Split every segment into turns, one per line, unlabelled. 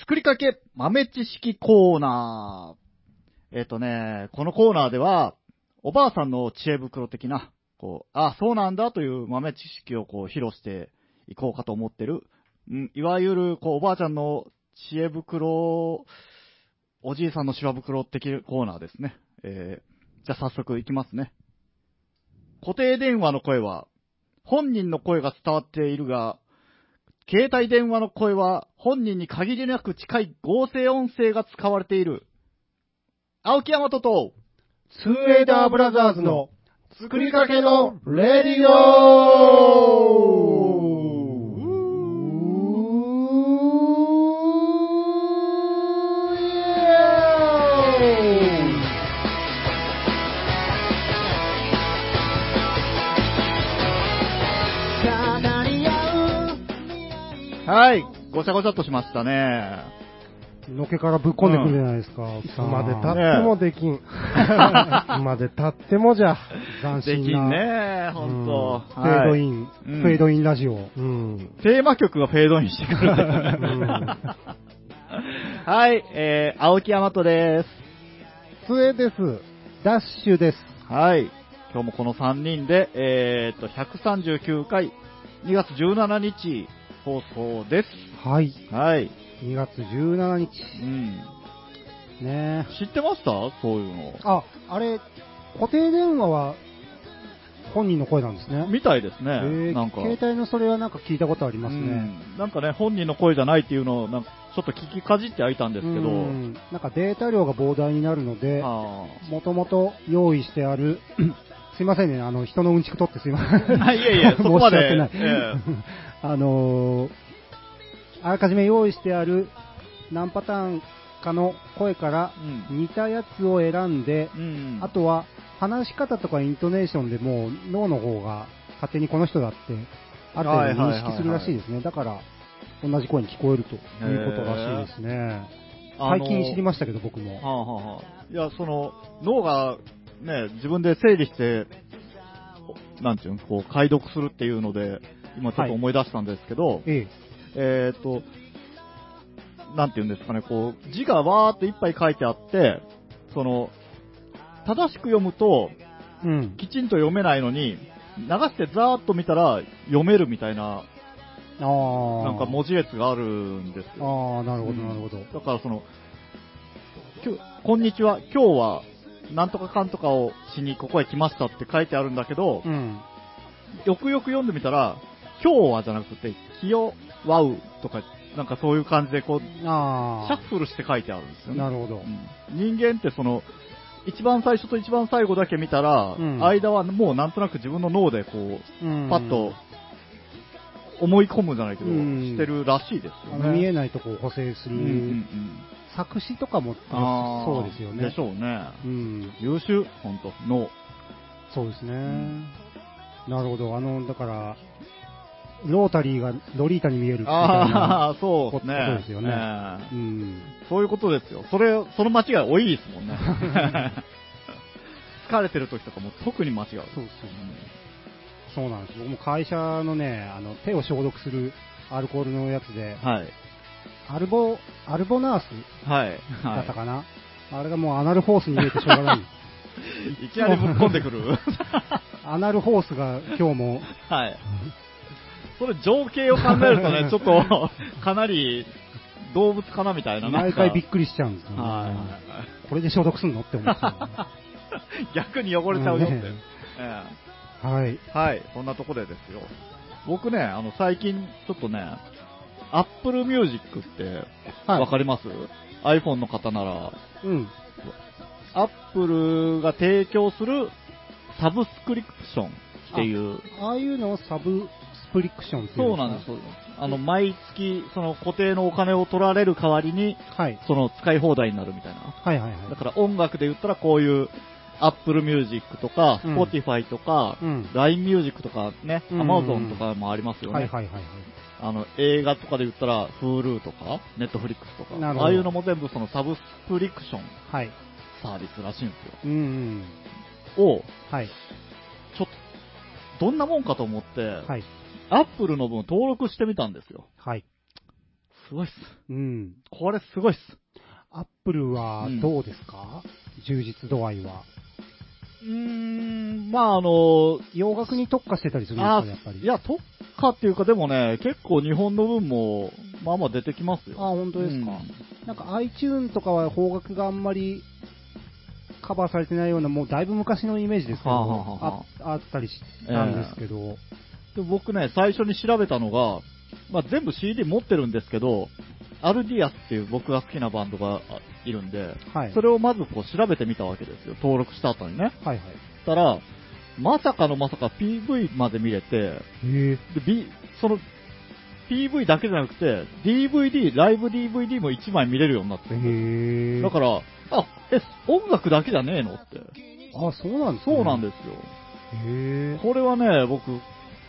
作りかけ豆知識コーナー。えっ、とね、このコーナーでは、おばあさんの知恵袋的な、こう、あ、そうなんだという豆知識をこう披露していこうかと思ってる。うん、いわゆる、こう、おばあちゃんの知恵袋、おじいさんの芝袋的コーナーですね。えー、じゃあ早速いきますね。固定電話の声は、本人の声が伝わっているが、携帯電話の声は本人に限りなく近い合成音声が使われている。青木山とと、
ツーエイダーブラザーズの作りかけのレディオ
はい、ごちゃごちゃっとしましたね。
のけからぶっこんでくるじゃないですか。いつまでたってもで きん。いつまでたってもじゃ、斬
で
新
きん
な。
ね、ほんと。
フェードイ
はい
ン、
うん
フェードインラジオ。
うん。
テーマ曲がフェードインしてくるんだよ
う
ね。
ん
はい、えー、青木山とです。
杖です。ダッシュです。
はい。今日もこの3人で、えー、っと、139回、2月17日放送で
はい。
す。はい。
2月17日。
うん。
ね
知ってましたそういうの。
あ、あれ、固定電話は本人の声なんですね。
みたいですね。
えー
なんか。
携帯のそれはなんか聞いたことあります
う
ね。
んなんかね、本人の声じゃないっていうのを、なんかちょっと聞きかじってはいたんですけど、
うんなんかデータ量が膨大になるので、
あ
もともと用意してある、 すいませんね、あの、人のうんちく取ってすいません。
あいやいや、そこまで。
申し訳ない。
え
あのーあらかじめ用意してある何パターンかの声から
えうん
似たやつを選んで、
うん
あとは話し方とかイントネーションでもう脳の方が勝手にこの人だってある程度認識するらしいですね。だから同じ声に聞こえるということらしいですね。
あの
最近知りましたけど僕も。
はあはあはあいや、その、脳がね、自分で整理して、なんていうの、こう、解読するっていうので、今ちょっと思い出したんですけど、
ええ。
えーっと、なんていうんですかね、こう、字がわーっていっぱい書いてあって、その、正しく読むと、
うん。
きちんと読めないのに、流してざーっと見たら読めるみたいな、
ああ。
なんか文字列があるんですよ。
ああ、なるほど、なるほど。
だからその、きょこんにちは、今日は、なんとかかんとかをしにここへ来ましたって書いてあるんだけど
う、ん。
よくよく読んでみたら、今日はじゃなくて、きよわうとか、なんかそういう感じでこう、シ
あ
ャッフルして書いてあるんです
あ。
よね。
なるほど。
うん人間ってその、一番最初と一番最後だけ見たら、
うん
間はもうなんとなく自分の脳でこう、
うん
パッと思い込むじゃないけど、
うん
してるらしいです
あ
よ
の
ね。
見えないとこを補正す
うんうんう
る
ん
作詞とかも
あー
そうですよね。
でしょうね。
うん、
優秀、本当脳。
そうですね、
ん
なるほど、あのだから、ロータリーがロリータに見えるみたいな、
ああ、そうですね。
そうですよねう
ええ
ん、
そういうことですよ。それ、その間違い多いですもん ね。疲れてる時とかも特に間違う。
そうですよねそうなんです、僕も会社のね、あの手を消毒するアルコールのやつで、
はい。
アルボアルボナース
はい。
だ
は
ったかな、あれがもうアナルホースに見えてしょうが ない、
い。いきなりぶっ込んでく る。
アナルホースが今日も、
はい。それ情景を考えると ね、ちょっと、かなり動物かなみたいな。なん
毎
か
回びっくりしちゃうんですよね、
は
これで消毒すんのって思ってた。
い。 逆に汚れちゃうよって。
うんね
え
はい。
えはい、そんなとこでですよ。僕ね、あの、最近、ちょっとね、Apple Music って、
はい
わかります ?iPhone の方なら、
うん。
Apple が提供するサブスクリプションっていう、
ああいうのをサブスプリクションっていう
そうなんです。そうですあの、毎月、その固定のお金を取られる代わりに、
す。はい。
その使い放題になるみたいな。
はいはいはい。
だから音楽で言ったらこういう Apple Music とか
うん
Spotify とか、
うん
LINE Music とかね、
うん
Amazon とかもありますよね。
はいはいはいはい。
あの映画とかで言ったら Hulu とか Netflix とか、
なるほど
ああいうのも全部そのサブスクリクション
はい。
サービスらしいんです
うんうん。
よ。を、
はい。
ちょっと、どんなもんかと思って、
はい。
Apple の分登録してみたんですよ。
はい。
すごいっす。
うん。
これすごいっす。
アップルは
うん
どうですか、充実度合いは。
うーん、まああの、
洋楽に特化してたりするんです
あ
か、やっぱり。
いや、特化っていうか、でもね、結構日本の分も、まあまあ出てきます
あ、
よ。
本当ですか。
うん
なんか iTune とかは邦楽があんまりカバーされてないような、もうだいぶ昔のイメージですけど、
はあはあはあは
ああったりしたんですけど、
で僕ね、最初に調べたのが、まあ、全部 CD 持ってるんですけど、アルディアスっていう僕が好きなバンドがあいるんで、
はい。
それをまずこう調べてみたわけですよ、登録した後にね。
はいはい。
したら、まさかのまさか PV まで見れて、
へえ。
で、B、その、PV だけじゃなくて、DVD、ライブ DVD も1枚見れるようになってて、
へえ。
だから、あ、え、音楽だけじゃねえのって。
あ、そうなんですね
そうなんですよ。
へえ。
これはね、僕、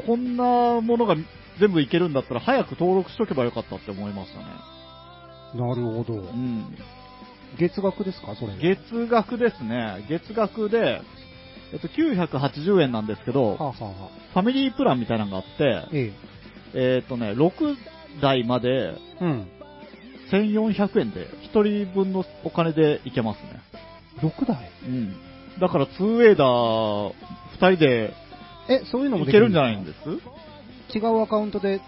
こんなものが全部いけるんだったら、早く登録しとけばよかったって思いましたね。
なるほど。
うん。
月額ですかそれ。
月額ですね。月額で、えっと、980円なんですけど、
はあ、はあはあ、
ファミリープランみたいなのがあって、
ええ。
えっとね、6台まで
うん。
1400円で、1人分のお金でいけますね。
6台
うん。だから、2A ダー、2人で
え、そういうのも
い
で
け
き
るんじゃないんですす
か違うアカウントで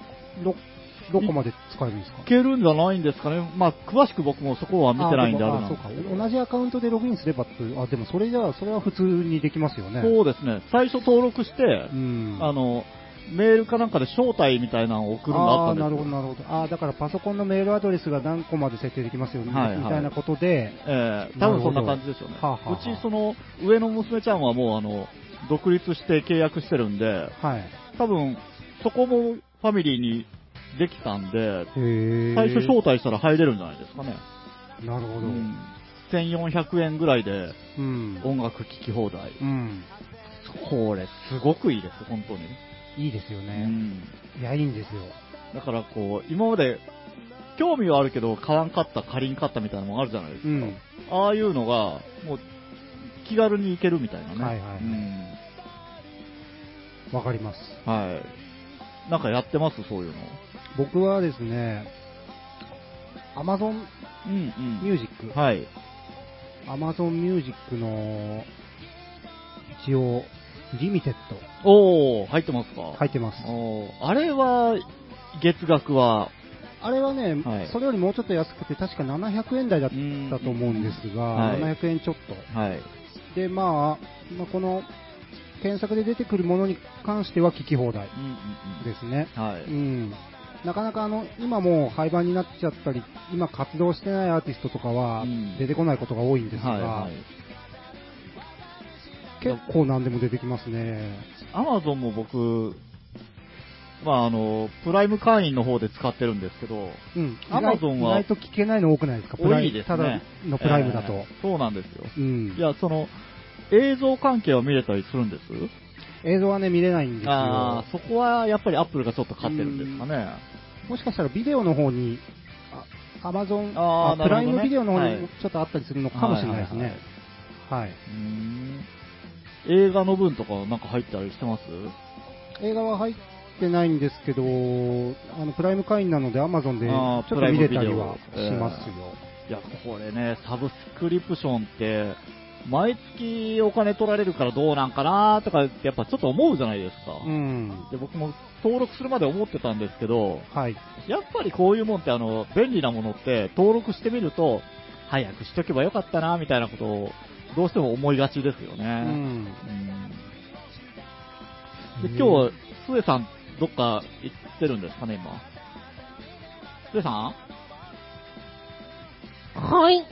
6, 個まで使えるんですか
いけるんじゃないんですかね。まあ、詳しく僕もそこは見てないんであれ
あ
なん
あそう
です
か
けど
同じアカウントでログインすればってあでもそれじゃあそれは普通にできますよね
そうですね。最初登録して
う、ん
あの、メールかなんかで招待みたいなのを送るのがあ
あ
っ
ー
た
なん
で
る
す
ほ
よ
どなるほどあーだからパソコンのメールアドレスが何個まで設定できますよね、
はいはい
みたいなことで
ええ多分そんな感じですよね。
なるほどはあはあはあ
うち、その、上の娘ちゃんはもう、あの、独立して契約してるんで、
はいへ
多分、そこもファミリーにできたんで、
え
最初招待したら入れるんじゃないですかね。
なるほど
う
うん
ん1400円ぐらいで
うん、
音楽聴き放題。
うん
これ、すごくいいです、本当に。
いいですよ
う
ね、
ん
いやいいんですよ
だからこう、今まで、興味はあるけど、買わんかった、借りんかったみたいなのもあるじゃないです
う
か。
ん
ああいうのが、もう、気軽に行けるみたいなね。
はいはいはい
うん
わかります
はい。なんかやってます、そういうの。
僕はですね Amazon
うんうん。
ミュージック、
はい。
Amazon ミュージックの一応リミテッド
おー、入ってますか
入
い。
ってます
おーあれは、月額は、
あれはね、
はい
それよりもうちょっと安くて、確か700円台だっ
ん
たと思うんですが、
はい
700円ちょっと。
はい。
で、まあ、まあこの検索で出てくるものに関しては聞き放題
うんうんうん。
ですね。
は
う
い。
ん。なかなかあの、今もう廃盤になっちゃったり、今活動してないアーティストとかは
うん
出てこないことが多いんですが、
はいはい。
結構何でも出てきますね。
アマゾンも僕、まああの、プライム会員の方で使ってるんですけど、
うん。意
Amazon は
外意外と聞けないの多くないですかプ
多
ライ
いですね。
ただのプライムだと。
えーそうなんですよ。
うん
い。や、その、映像関係は見れたりするんです
映像はね、見れないんですよ。
ああ、そこはやっぱりアップルがちょっと勝ってるんですかね。
もしかしたらビデオの方に、アマゾン、
あー
あ
なる
プラ
ほどね
イムビデオの方
はい
にちょっとあったりするのかもしれないです
はい
ね。はい。
うーん映画の分とかなんか入ったりしてます
映画は入ってないんですけど、あのプライム会員なのでアマゾンでちょ
あ
っ
ー
と
プライ
見
ム
れ
ビデ
た
オ
りはしますよ。
いや、これね、サブスクリプションって、毎月お金取られるからどうなんかなーとかってやっぱちょっと思うじゃないですか。
うん。
で僕も登録するまで思ってたんですけど、
はい。
やっぱりこういうもんってあの、便利なものって登録してみると、早くしとけばよかったな、みたいなことをどうしても思いがちですよ
う
ね。
ん。
うん
う
で
ん
今日、スエさんどっか行ってるんですかね、今。スエさん
はい。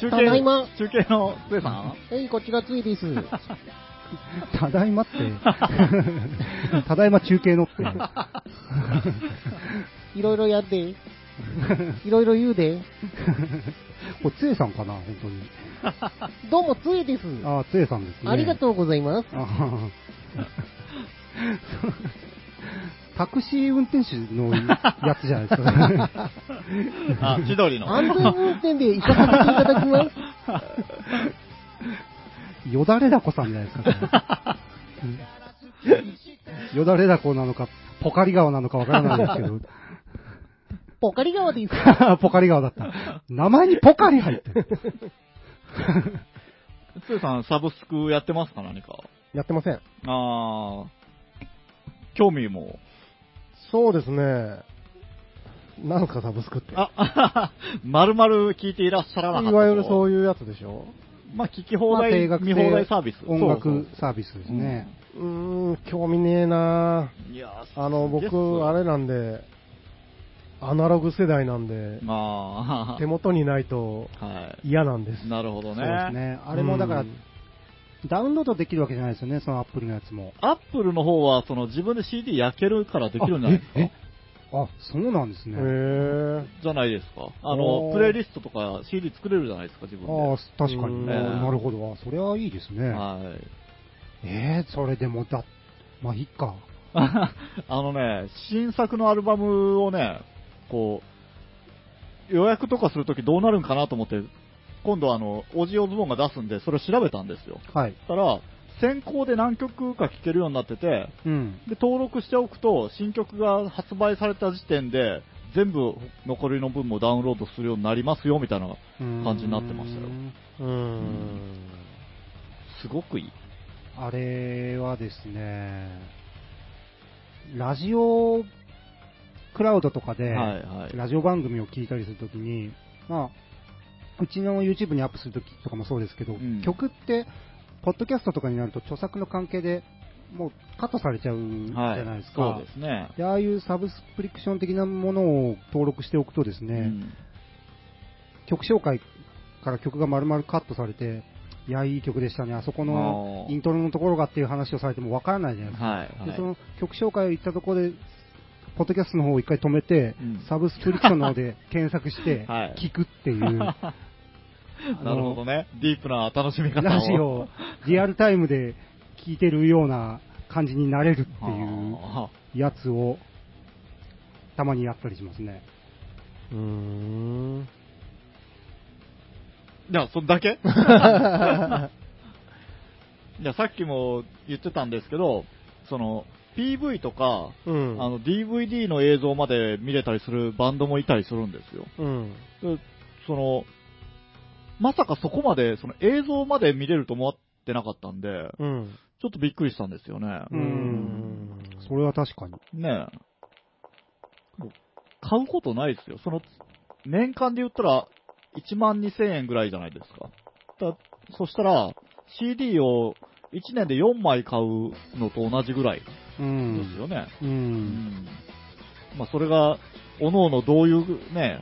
中継
ただいま
中継のスエさ ん
えい、こちらついです。
ただいまって、 ただいま中継 のって。
いろいろやって、いろいろ言うで。
これ、つえさんかな、本当に。
どうもついです。
ああ、つえさんですね。
ありがとうございます。
あー タクシー運転手のやつじゃないですか。
あ、千鳥の。
安全運転で行かさせていただきます。
よだれだこさんじゃないですかこ れ。よだれだこなのか、ポカリ川なのかわからないですけど。
ポカリ川で言うか。
ポカリ川だった。名前にポカリ入ってる。
つーさん、サブ スクやってますか何か。
やってません。
あー、興味も。
そうですね。なんすか、サブスクって。
あ、あ ははまるまる聞いていらっしゃらなかった。。
いわゆるそうういうやつでしょ
まあ、聞き放題、
まあ定額制
見放題サービス。
音
そう
楽サービスですね。
うーん、興味ねえな
そういや
あの、僕、あれなんで、アナログ世代なんで、
ま
手元にないと
あ、 は
嫌なんです
い。。なるほど
そうです
ね。
ね。あれもだから
う、ん
ダウンロードできるわけじゃないですよね、そのアプリのやつも。
アップルの方は、その自分で CD 焼けるからできるんじゃないですか
あええあ、そうなんです
へ
ね。
え。
じゃないですか。あの、
おー
プレイリストとか CD 作れるじゃないですか、自分で。
ああ、確か
うん
に。なるほど。あそれはいいですね。
はい。
ええそれでもだ、まあ、いっか。
あのね、新作のアルバムをね、こう、予約とかするときどうなるんかなと思って、今度あの、オジオズボンが出すんで、それを調べたんですよ。
はい。
そしたら、先行で何曲か聴けるようになってて、
うん。
で、登録しておくと、新曲が発売された時点で、全部残りの分もダウンロードするようになりますよ、みたいな、感
感
じになってましたよ
うーん。
すごくいい。
あれはですね、ラジオクラウドとか
は
で、
いはい。
ラジオ番組を聞いたりするときに、まあ、うちの YouTube にアップするときとかもそうですけど、
うん
曲って、ポッドキャストとかになると著作の関係でもうカットされちゃうじ
は
ゃないですか。
そうですね。
でああいうサブスクリプション的なものを登録しておくとですね、
うん
曲紹介から曲が丸々カットされて、いや、いい曲でしたね、あそこの
あー
イントロのところがっていう話をされてもわからないじゃないですか。
はい、はい。
でその曲紹介を言ったところで、ポッドキャストの方を一回止めて、
うん
サブスクリプションの方で検索し て
はい、
聞くって いう、
なる
あ
ほど
の
ね。ディープな楽しみ方を。
ラジオ をリアルタイムで聞いてるような感じになれるっていう
あ
やつを、たまにやったりしますね。
うーん。
ーじゃあ、そんだ けいや、さっきも言ってたんですけど、その、PV とか、
うん。
あの、DVD の映像まで見れたりするバンドもいたりするんですよ。
うん。
でその、まさかそこまで、その映像まで見れると思ってなかったんで、
うん。
ちょっとびっくりしたんですよね。
う
うんん。
それは確かに。
ねえ。買うことないですよ。その、年間で言ったら、1万2000円ぐらいじゃないですか。だそしたら、CD を1年で4枚買うのと同じぐらいで
う
すよ
ん。
ね。
う。
うんまあ、それが、おのおのどういうね、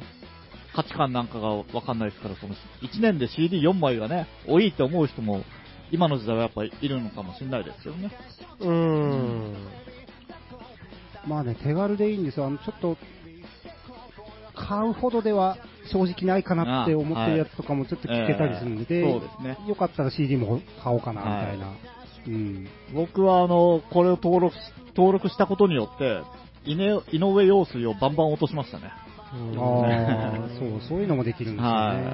価値観なんかがわかんないですから、その、1年で CD4 枚がね、多いって思う人も、今の時代はやっぱりいるのかもしれないですよね。
うん。
まあね、手軽でいいんですよ。あの、ちょっと、買うほどでは正直ないかなって思ってるやつとかもちょっと聞けたりするんで、
ええそうですね。
よかったら CD も買おうかな、みたいな。うん。
僕はあの、これを登録し、登録したことによって、井上井上陽水をバンバン落としましたね。
ああ、そう、そういうのもできるんですよね。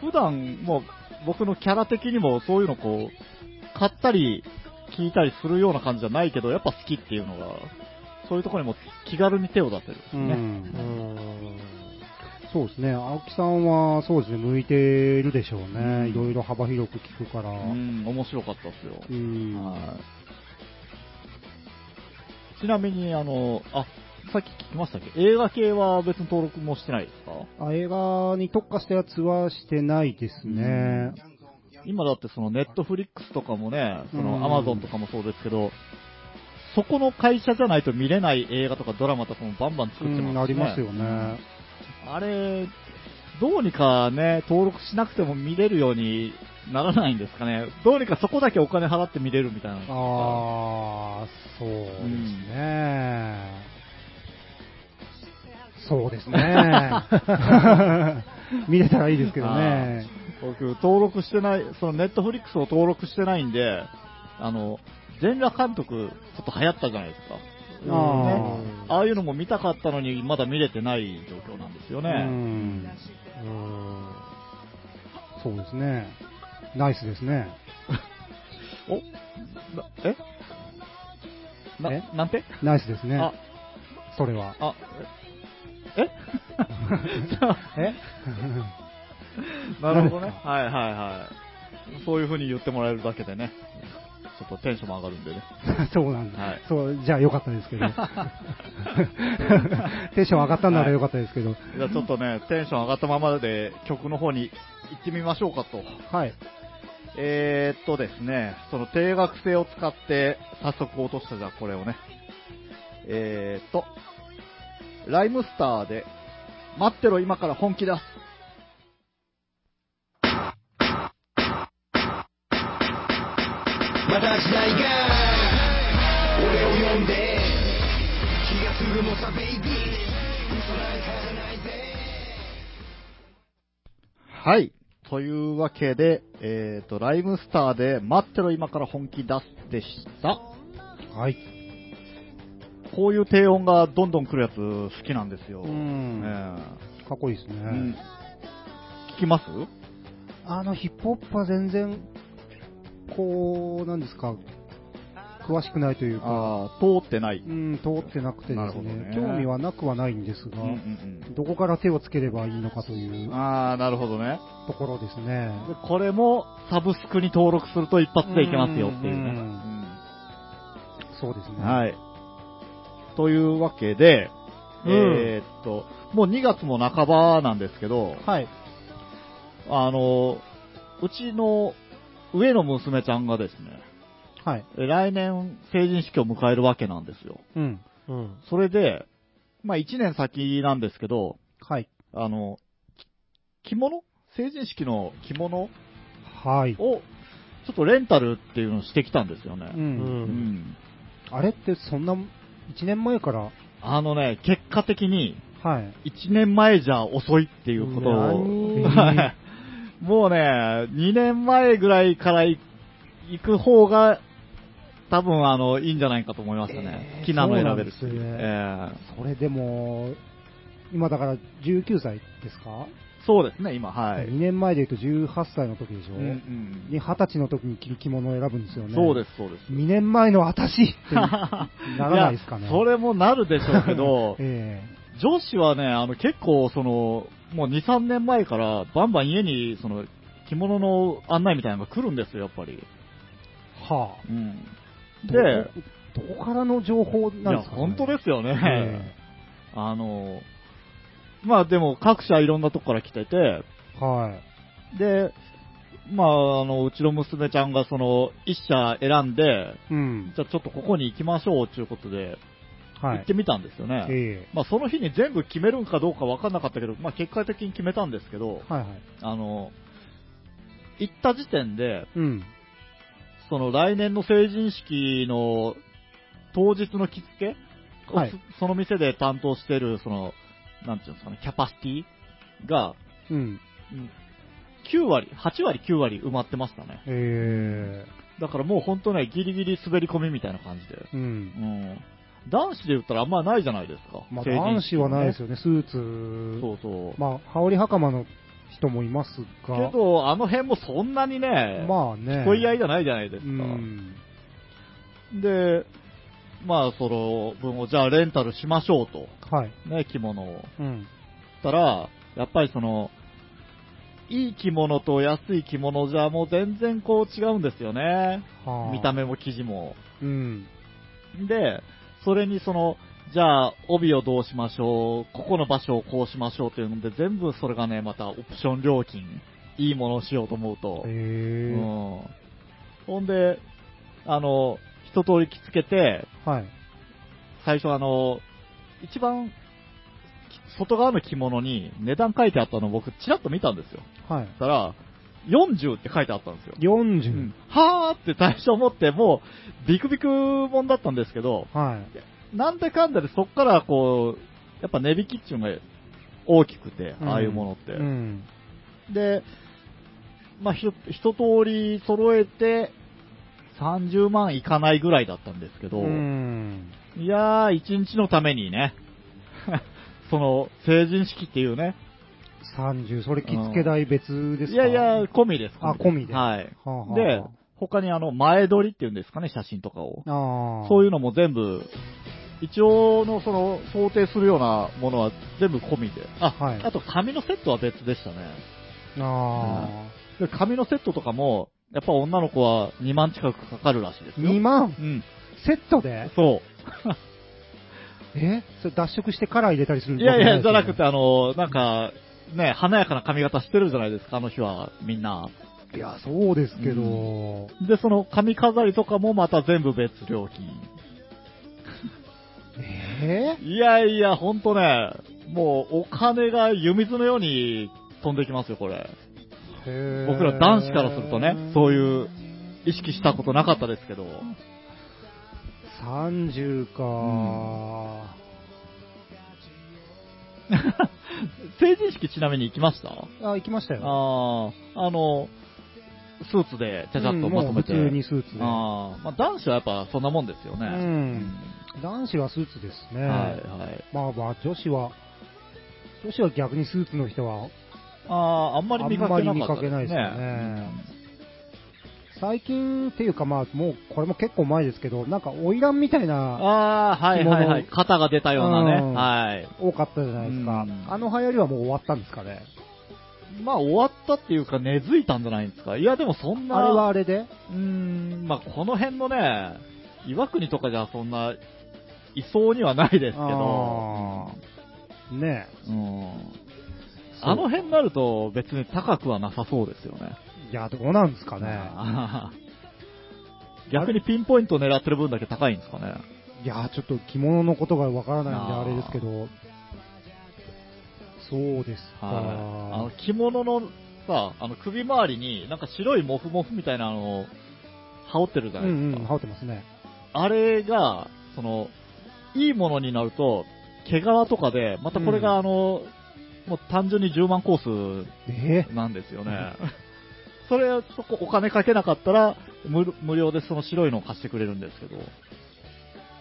普段、もう、僕のキャラ的にもそういうのこう、買ったり、聞いたりするような感じじゃないけど、やっぱ好きっていうのが、そういうところにも気軽に手を出せるんです
う。
ね。
うんん。
そうですね。青木さんは、そうですね、向いてるでしょう
うん
ね。いろいろ幅広く聞くから。
う、
うん
面白かったですよ。
ん。
はいちなみに、あの、あ、さっき聞きましたっけ映画系は別に登録もしてないですか
あ映画に特化したやつはしてないですね。
今だってそのネットフリックスとかもね、そ
うん
のアマゾンとかもそうですけど、そこの会社じゃないと見れない映画とかドラマとかもバンバン作
う
ってますね。
ん、ありますよね。
あれ、どうにかね、登録しなくても見れるようにならないんですかね。どうにかそこだけお金払って見れるみたいな。
ああ、そうですね。そうですね。 見れたらいいですけどね。
僕、登録してない、そのネットフリックスを登録してないんで、あの、全裸監督、ちょっと流行ったじゃないですか。ね
ああ
ああいうのも見たかったのに、まだ見れてない状況なんですよね。
うん
うん。
そうですね。ナイスですね。
おなえな
え
なんて
ナイスですね
あ。
それは。
あ、え え
え
なるほどね。はいはいはい。そういう風に言ってもらえるだけでね、ちょっとテンションも上がるんでね。
そうなんだ、
はい
そう、じゃあよかったですけど。 テンション上がったならよかったですけど。
じゃあちょっとね、テンション上がったままで曲の方に行ってみましょうかと。
はい。
えー、っとですね、その定額制を使って早速落としたじゃあこれをね。えー、っと、ライムスターで、待ってろ今から本気出す。
また時代が俺を呼んで気がするのさベイビー嘘なんかじゃないぜ
はい。というわけで、えー、っと、ライムスターで、待ってろ今から本気出すでした。
はい。
こういう低音がどんどん来るやつ好きなんですよ。
う
え
ん
え
かっこいいですね。
うん聞きます
あの、ヒップホップは全然、こう、なんですか、詳しくないというか、
ああ、通ってない。
うん、通ってなくて
なる
です
ほど
ね
ね
興味はなくはないんですが、
うんうん、
どこから手をつければいいのかといううん
ああ、なるほどね。
ところですね。
でこれもサブスクに登録すると一発でいけますよっていうね。
うん
うん
そうですね。
はい。というわけで、
うん
えーっと、もう2月も半ばなんですけど、
はい。
あの、うちの上の娘ちゃんがですね、
はい。
え来年成人式を迎えるわけなんですよ。
うん。
うん。
それで、まあ1年先なんですけど、
はい。
あの、き着物成人式の着物を、
はい。
ちょっとレンタルっていうのをしてきたんですよ
う
ね。
ん。
う
うん
ん。
あれってそんな、1年前から、
あのね、結果的に、
はい。
1年前じゃ遅いっていうことを、はい もうね、2年前ぐらいからい行く方が、多分あの、いいんじゃないかと思いましたね。
えー
木なの選べるし。
そうなんですね
え
それでも、今だから19歳ですか、
ーそうですね、今、はい。
?2 年前で言うと18歳の時でしょ、
うんうん
に20歳の時に着る着物を選ぶんですよね。。
そうですす、そうです。
2年前の私ってならないで すかね。、
やそれもなるでしょうけど
え
女子はね、あの結構その、もう2、3年前からバンバン家にその着物の案内みたいなのが来るんですよ、やっぱり。
えはあ。
うん、で、
どこ、どこからの情報
い
なん
や、
ですか、ね、
本当ですよね。
え
あの、まあでも各社いろんなとこから来てて、
えはい。
で、まあ、あの、うちの娘ちゃんがその、一社選んで、
うん。
じゃあちょっとここに行きましょうということで、
は
行
い
っ。てみたんですよね。
ええ
まあ、その日に全部決めるんかどうか分かんなかったけど、まあ、結果的に決めたんですけど、
はいはい。
あの、行った時点で、
うん。
その来年の成人式の当日の着付けを、
はい
その店で担当してる、その、なんていうんですかね、キャパシティが、
うん。
うん9割、8割、9割埋まってましたね。
え
だからもう本当ね、ギリギリ滑り込みみたいな感じで。
えうん
う。ん。男子で言ったらあんまないじゃないですか。
まあ、
成人
男
式
子
も
は
ね
ないですよね、スーツ。
そうそう。
まあ、羽織袴の人もいますが
け、ど、あの辺もそんなにね、
まあね。
恋合いじゃないじゃないですか。
うん。
で、まあ、その分を、じゃあレンタルしましょうと、
はい。
ね、着物を。
うん。
たら、やっぱりその、いい着物と安い着物じゃもう全然こう違うんですよね。
はあ
見た。目も生地も。
うん。
で、それにその、じゃあ帯をどうしましょう、ここの場所をこうしましょうというので、全部それがね、またオプション料金、いいものをしようと思うと。う
へえ
んほんで、あの、一通り着付けて、
はい。
最初あの、一番、き外側の着物に値段書いてあったのを僕、ちらっと見たんですよ。
はい
そ。したら、40って書いてあったんですよ。
40。
うんはーって最初思って、もう、ビクビクもんだったんですけど、
はい。
なんだかんだでそっからこう、やっぱ値引きっていうのが大きくて、
うん
ああいうものって。
うん。
で、まあ、ひと一通り揃えて、30万いかないぐらいだったんですけど、
うん。
いやー、一日のためにね、 その、成人式っていうね、
30。それ着付け代別ですか
いやいや、込みです。
あ込みで
はい。
はあはあ
で、他にあの、前撮りっていうんですかね、写真とかを。
ああ。
そう
い
いうのも全部、一応のその想定するようなものは全部込みで。あ、
はい
あと紙のセットは別でしたね。
あ
で紙のセットとかも、やっぱ女の子は2万近くかかるらしいです
ー
よ。
2
う
万
ん。
セットで
そ
えそれ脱色してカラー入れたりする
う。いやいや、じゃなくて、
た
あの、なんか、ね、華やかな髪型してるじゃないですか、あの日は、みんな。
いや、そうですけど、
うで、その髪飾りとかもまた全部別料
え
金。いやいや、ほんとね、もうお金が湯水のように飛んできますよ、これ。
ー
僕ら男子からするとね、そういう意識したことなかったですけど。
30か、
成人式ちなみに行きました
あ、行きましたよ。
ああ、あの、スーツでちゃちゃっと
うん
まとめて。
もう普通にスーツで。
ああ、まあ男子はやっぱそんなもんですよ
う
ね。
ん。男子はスーツですね。
はいはい。
まあまあ、女子は、女子は逆にスーツの人は、
ああ、あんまり見かけなかった
あんまり見かけないですよね最近っていうかまあ、もうこれも結構前ですけど、なんか花魁みたいな、
ああ、はいはいはい。肩が出たような
うん
ね。はい。
多かったじゃないですか
うん。
あの流行りはもう終わったんですかね。
まあ終わったっていうか根付いたんじゃないんですか。いやでもそんな、
あれはあれで
うーん、まあこの辺のね、岩国とかじゃそんな、いそうにはないですけど
あ、ね
うんあの辺になると別に高くはなさそうですよね。
え。いや、どうなんですかね。
あー 逆にピンポイントを狙ってる分だけ高いんですかね。
いや、ちょっと着物のことがわからないんで
あー
あれですけど、そうですか。
はい。あの着物のさ、あの首周りになんか白いモフモフみたいなのを羽織ってるじゃ
う
ないです
ん
か。
うん、羽織ってますね。
あれが、その、いいものになると、毛皮とかで、またこれ
う
が
ん
あの、もう単純に10万コー
え
スなんですよ ね。それ、そこお金かけなかったら、無無料でその白いのを貸してくれるんですけど。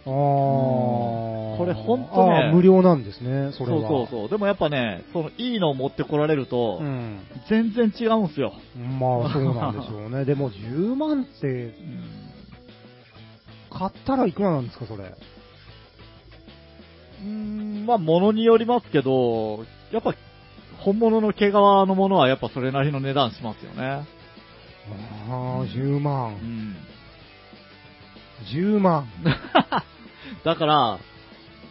あー。こ
れほんとね
無料なんですね、
そ
そ
う
れは。
そうそう。でもやっぱね、そのいいのを持ってこられると、
うん。
全然違うんすよ。
まあ、そうなんで しょうね。でも、10万って、買ったらいくらなんですか、それ。
うーん、まあ、ものによりますけど、やっぱ、本物の毛皮のものはやっぱそれなりの値段しますよね。
あー、10
う
万。
ん。
10万。
だから、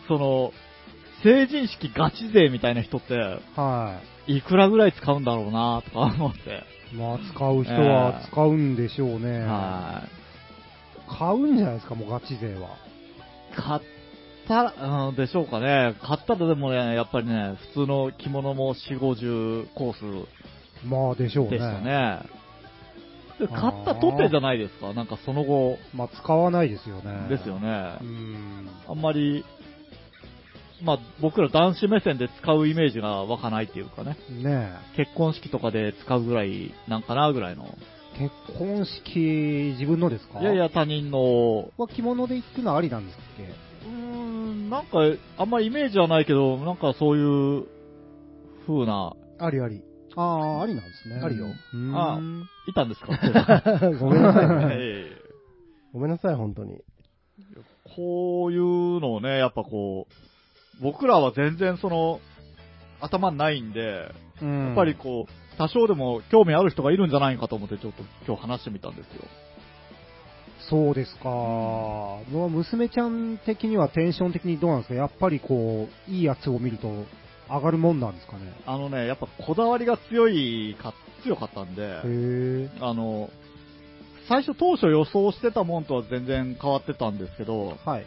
その、成人式ガチ勢みたいな人って、
はい
くらぐらい使うんだろうなとか 思って。
い。まあ、使う人は使うんでしょうね。
は
買うんじゃないですか、もうガチ勢
い。
は。
買ったら、うん、でしょうかね。買ったらでもね、やっぱりね、普通の着物も4、50コー
まあ、でしょう
スで
ね。
したね。で買ったとてじゃないですか。なんかその後、
まあ、使わないですよね。
ですよ。ね
う。ん。
あんまり、まあ僕ら男子目線で使うイメージが湧かないっていうかね。
ね
結婚式とかで使うぐらいなんかなぐらいの。
え。結婚式、自分のですか
いやい。や、他人の、
は着物で行くのありなんですっけ
うーん、なんか、あんまイメージはないけど、なんかそういう風な、
ありあり。
ああ、ありなんですね。
ありよ。
あいたんですか
ごめんなさいね。
ええ
ごめんなさい、本当に。
こういうのをね、やっぱこう、僕らは全然その、頭にないんで、
うん
やっぱり、こう、多少でも興味ある人がいるんじゃないかと思って、ちょっと今日話してみたんですよ。
そうですか。もう娘ちゃん的にはテンション的にどうなんですかやっぱりこう、いいやつを見ると上がるもんなんですかね。
あのね、やっぱこだわりが強いか、強かったんで、
へ
あの、最初当初予想してたもんとは全然変わってたんですけど、
え。はい。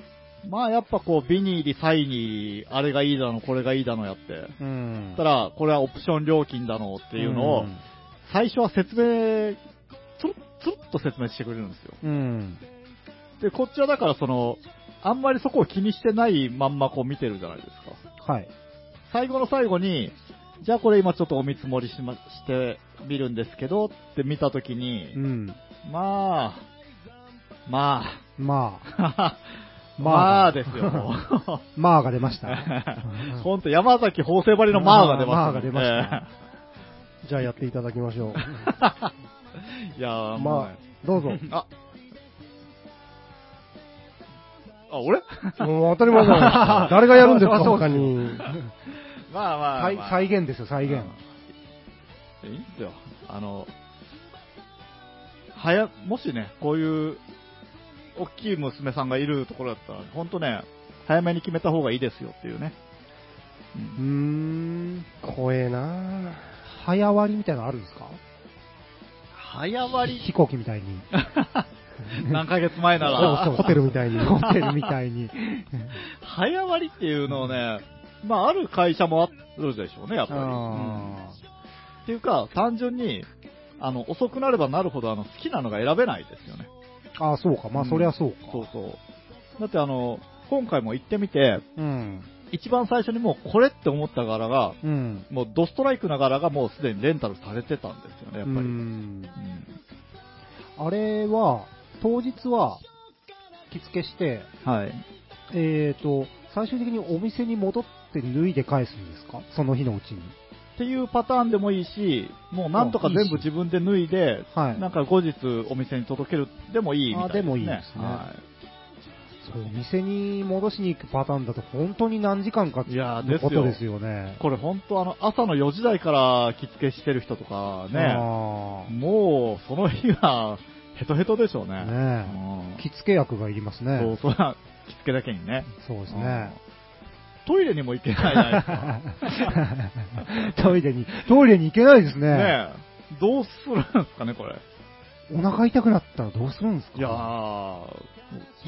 まあやっぱこう、ビニーリ、サイニー、あれがいいだの、これがいいだのやって。
うん
そしたら、これはオプション料金だのっていうのを、
ん
最初は説明、つるっつるっと説明してくれるんですよ。
うん。
で、こっちはだからその、あんまりそこを気にしてないまんまこう見てるじゃないですか。
はい。
最後の最後に、じゃあこれ今ちょっとお見積もりしましてみるんですけどって見たときに、
うん。
まあ、まあ、
まあ、
ま
ま
あ
あ
ですよ、 もう
まあが出 ました。
ほんと、山崎法政張りのまあが出ました、
まあが出ました
じゃあやっていただきましょう。
ええいやー、
ま
も
あ、どうぞ。
うねあ、あ、俺
もう当たり前じゃ ない誰がやるんですか、
あそう
他に。
まあまあ、
再
まあ、
再現ですよ、再現。
いいんですよ。あの、はや、もしね、こういう、大きい娘さんがいるところだったら、ほんとね、早めに決めた方がいいですよっていうね。
うーん。
怖えな
早割りみたいなのあるんですか
早割
飛行機みたいに。
り、 何ヶ月前なら、
そうそう、ホテルみ たいに。
ホテルみたいに。
早割りっていうのをね、まあ、ある会社もあるでし ょうね、やっぱり。うん
あ
っていうか、単純に、あの、遅くなればなるほど、あの、好きなのが選べないですよね。
ーあー、そうか。まあ、そりゃそうか。
そうそう。だってあの、今回も行ってみて、
うん。
一番最初にもうこれって思った柄が、
うん。
もうドストライクな柄がもうすでにレンタルされてたんですよね、やっぱり。
うん
うん
あれは、当日は、着付けして、
はい。
えーと、最終的にお店に戻って脱いで返すんですかその日のうちに。
っていうパターンでもいいし、もうなんとか
あいいし
全部自分で脱いで、
はい。
なんか後日お店に届けるでもいいみたい
あでもいいですね
は
そう、お店に戻しに行くパターンだと本当に何時間か
いやー
のこと
で
ですすよね
い。。これ本当あの、朝の4時台から着付けしてる人とかね、
あ
もうその日はヘトヘトでしょうね。
ー
う
ね
ん
え。着付け役がいります
そ
ね
う。そうな、着付けだけにね。
そうですね。
トイレにも行けないじゃないですか。
トイレに、トイレに行けないですね。
ねえ。どうするんですかね、これ。
お腹痛くなったらどうするんですか
いやー、も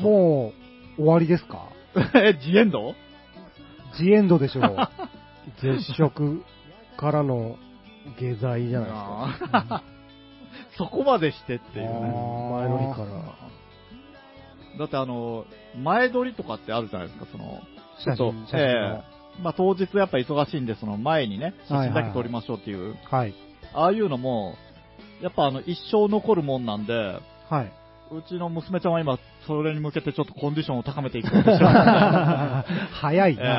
もう、終わりですか
う、 え、ジエンド
ジエンドでしょう。
絶食からの下剤じゃないですか。
あー そこまでしてっていうね。
前の日から。
だってあの、前撮りとかってあるじゃないですか、その、
写
そう
真、写真の
ええまあ当日やっぱ忙しいんで、その前にね、写真だけ撮りましょうっていう、
はい。
ああいうのも、やっぱあの、一生残るもんなんで、
はい。
うちの娘ちゃんは今、それに向けてちょっとコンディションを高めていこうとしてます。
早い
ええ
な。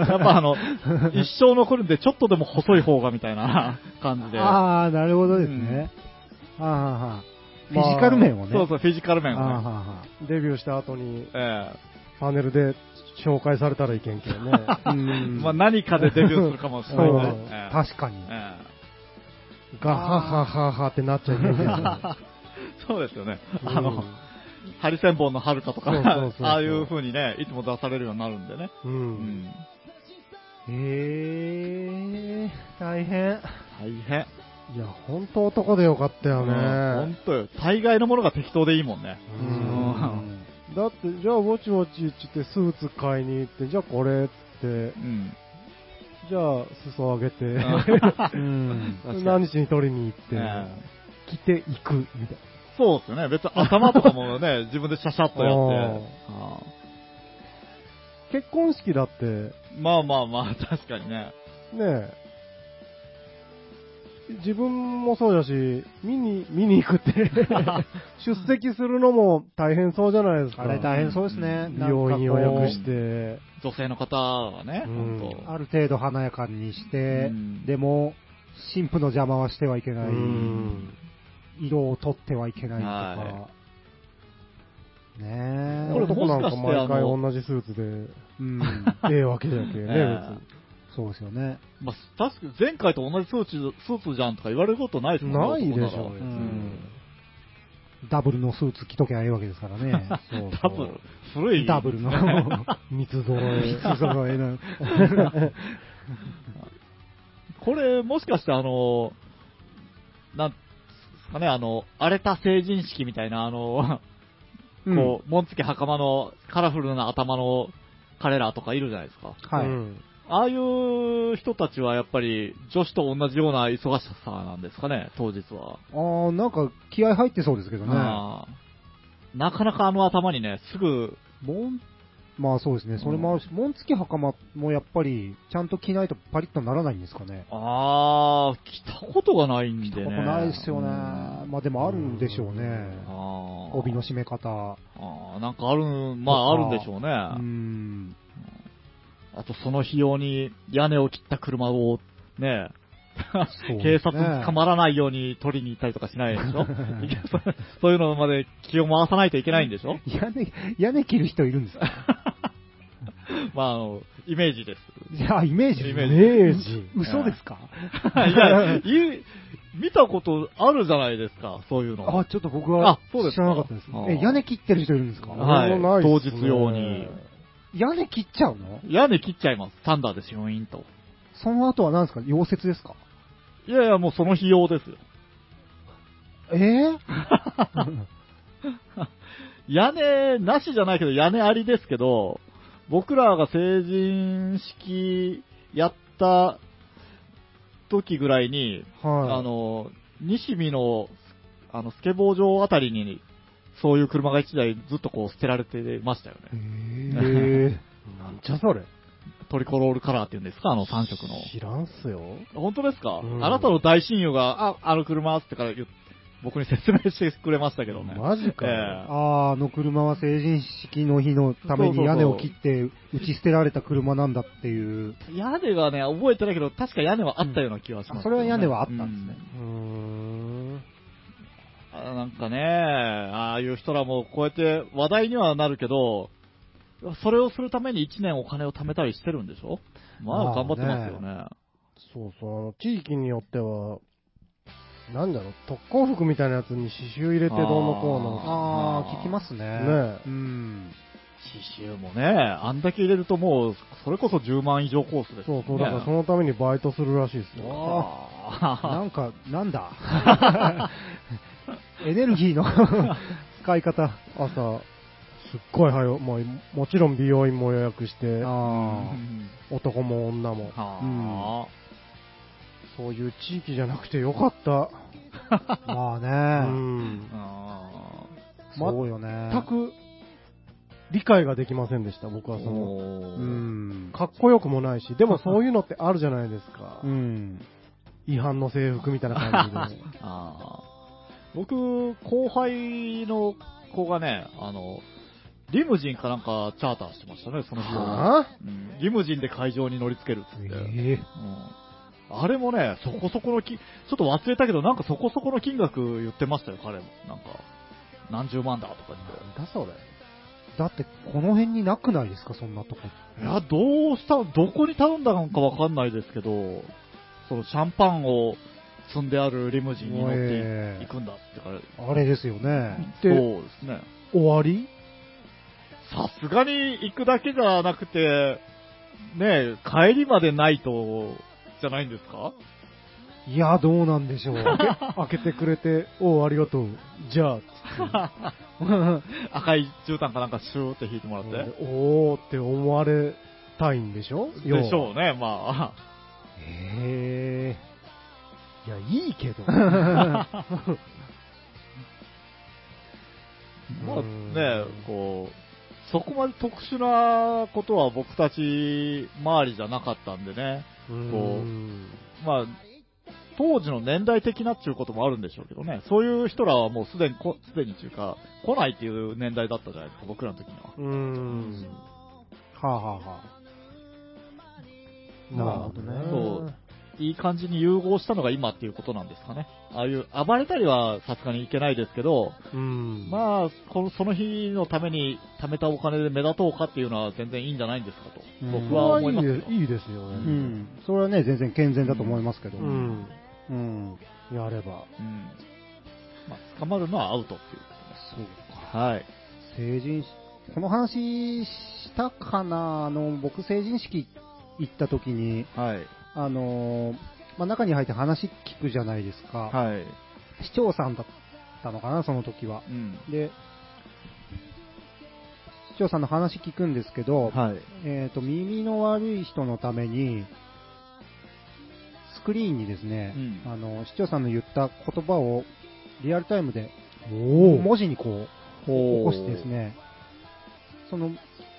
やっぱあの、一生残るんで、ちょっとでも細い方がみたいな 感じで。
ああ、なるほどですね。あーはーはーフィジカル面をね。
そうそう、フィジカル
あー
面
は
を
ー
ね。
は
デビューした後に
え
パネルで紹介されたらいけんけどね。
ーう
え
ん
まあ何かでデビューするかもしれない
そう
ね。ええ
確かに。
え
ガハハハハってなっちゃいけんけどね。
えそうですよね。
う
あの、ハリセンボンの遥かとか
そうそうそうそ、う
ああいう風にね、いつも出されるようになるんでね。
ん。う。
うんん。
へえー、大
大
変。
変。
いや、ほんと男でよかったよね。
本当よ。大概のものが適当でいいもんね。
う
うんん。
だって、じゃあ、ウォチウォチってスーツ買いに行って、じゃあこれっつって
う、ん。
じゃあ、裾上げて、
うん。
確かに
何日に取りに行って、
ええ
着ていく、みたい
そうですよね。別に頭とかもね、自分でシャシャっとやって。ああ
な。結婚式だって、ね
まあまあまあ、確かに ね。
え、自分もそうだし、見に、見に行くって、 出席するのも大変そうじゃないですか。
あれ大変そうですね。なんかこう
病院予約して、
女性の方はね、
うん
本当
ある程度華やかにして
う、ん
でも、神父の邪魔はしてはいけ
う
ない、
ん。
色を取ってはいけないとか、
は
ねえ、
これ
男なんか毎回
も
同じスーツで、
うん、
ええわけじゃけね、別
え え
に。
そうですよね。
まあ、確かに前回と同じスーツ、スーツじゃんとか言われることないですも
なんい
ね
でしょう、
男
別
なら
に。
ダブルのスーツ着ときゃいいわけですからね。そう
ダブル古い。
ダブ ルの
三つ揃え。
三つ揃えの。
これ、もしかしてあの、なんですかね、あの、荒れた成人式みたいな、あの、
うん
こう、紋付き袴のカラフルな頭の彼らとかいるじゃないですか。
はい、
うん
ああいう人たちはやっぱり女子と同じような忙しさなんですかね、当日は。
ああ、なんか気合入ってそうですけどね。
あーなかなかあの頭にね、すぐ、
もんまあそうですね、それもあるし、紋付き袴もやっぱり、ちゃんと着ないとパリッとならないんですかね。
あー、来たことがないんで
着
ね。
たことないですよね。
うん
まあでもあるんでしょうね。
あー
帯の締め方。
あーなんかある、まああるんでしょうね。
うーん。
あとその日用に屋根を切った車をね、
そう
警
ですね
察捕まらないように取りに行ったりとかしないでしょ いやそそういうのまで気を回さないといけないんで しょ
屋根、屋根切る人いるんで すか
まあ、あの、イメージです。
じゃあ、イメージ
イ
です
メ
ね
ー
イ
ジ
メージ。
嘘ですか
いや、い見たことあるじゃないですか、そういうの。
あ、ちょっと僕
あ
は
そうですか
知らなかったです
あ。ー
え、屋根切ってる人いるんですか
はい
俺もないっ
当
すね
日用に
屋根切っちゃうの
屋根切っちゃいます。サンダーでシュインと。
その後は何ですか溶接ですか
いやいや、もうその費用ですよ。
えー、
屋根なしじゃないけど、屋根ありですけど、僕らが成人式やった時ぐらいに、
は
あの、西見の、あの、スケボー場あたりに、そういう車が一台ずっとこう捨てられてましたよね。
い。 へえ。なんじゃそれ。
トリコロールカラーっていうんですかあの3色の。
知らんっすよ。
本当ですか、
うん
あなたの大親友が、あ、あの車っつってから言う僕に説明してくれましたけどね。
マジかよ。
ええ
あーあの車は成人式の日のために屋根を切って打ち捨てられた車なんだっていう。
屋根がね、覚えてないけど、確か屋根はあったような気がします、
あそれは屋根はあったんですね。
うーん。
うんあなんかね、ああいう人らもこうやって話題にはなるけど、それをするために1年お金を貯めたりしてるんでしょま
ま
あ
あ
頑張ってますよね。
そうそう、あの、地域によっては、なんだろう、特攻服みたいなやつに刺繍入れてどうのこうの。
あー
あー、聞きますね。
ねえ
うん。
刺繍もね、あんだけ入れるともう、それこそ10万以上コースです
そ
よね
うそう、だからそのためにバイトするらしいですよ。
あ
なんか、なんだエネルギーの使い方。
朝、すっごい早い、もうもちろん美容院も予約して、
ー
あ
男も女も。
は
そういう地域じゃなくてよかった。
あ、まあ
う
ね、
ん
あ。。あ
そうよね。
全く理解ができませんでした、僕
あ。
はその。
う
うん。
ん。
かっこよくもないし、でもそういうのってあるじゃないですか
う。ん。
違反の制服みたいな感じで。
あー僕、後輩の子がね、あの、リムジンかなんかチャーターしてましたね、その日は、
は
うんリムジンで会場に乗りつけるっつって。
え
うんあれもね、そこそこのき、ちょっと忘れたけど、なんかそこそこの金額言ってましたよ、彼も。なんか、何十万だとか言って。
なんだそれ。
だって、この辺になくないですか、そんなとこ。
いや、どうした、どこに頼んだのかわかんないですけど、そのシャンパンを積んであるリムジンに乗ってい行くんだってから、
あれですよね。
そう
で、
ですね。
終わり
さすがに行くだけじゃなくて、ねえ、帰りまでないと、じゃないんですか
いや、どうなんでしょう。
開けてくれて、おう、ありがとう。じゃあ、
赤い絨毯かなんかシューって引いてもらって。
おーって思われたいんでしょ
でしょうね、まあ。
へえ。いや、いいけど。
まあ
うん
ね、こう、そこまで特殊なことは僕たち周りじゃなかったんでね。
うん
まあ、当時の年代的なっていうこともあるんでしょうけどね。そういう人らはもうすでにこ、すでにっていうか、来ないっていう年代だったじゃないですか、僕らの時には。
うん。
はあ、はあは
なるほど
な
ね
る。ほどいい感じに融合したのが今っていうことなんですかね。ああいう、暴れたりはさすがにいけないですけど、
うん。あ、
まあ、この、その日のために貯めたお金で目立とうかっていうのは全然いいんじゃないんですかと。
うん
僕
それ
は
は
思いますけ
い
ど。
いいいですよ
う
あ。
ん
う
ね。
ん。それはね、全然健全だと思いますけど。
うん。
うん。
やれば。
うん。まあ、捕まるのはアウトっていうことです。はい。
成人し、この話したかなあの、僕成人式行った時に、
はい。
あのー、まあ、中に入って話聞くじゃないですか。
はい。
市長さんだったのかな、その時は。
うん。
で、市長さんの話聞くんですけど、
はい。
えっ、と、耳の悪い人のために、スクリーンにですね、
うん
あの、市長さんの言った言葉をリアルタイムで
お
文字にこう、起
ほ
こ
う
してですね、その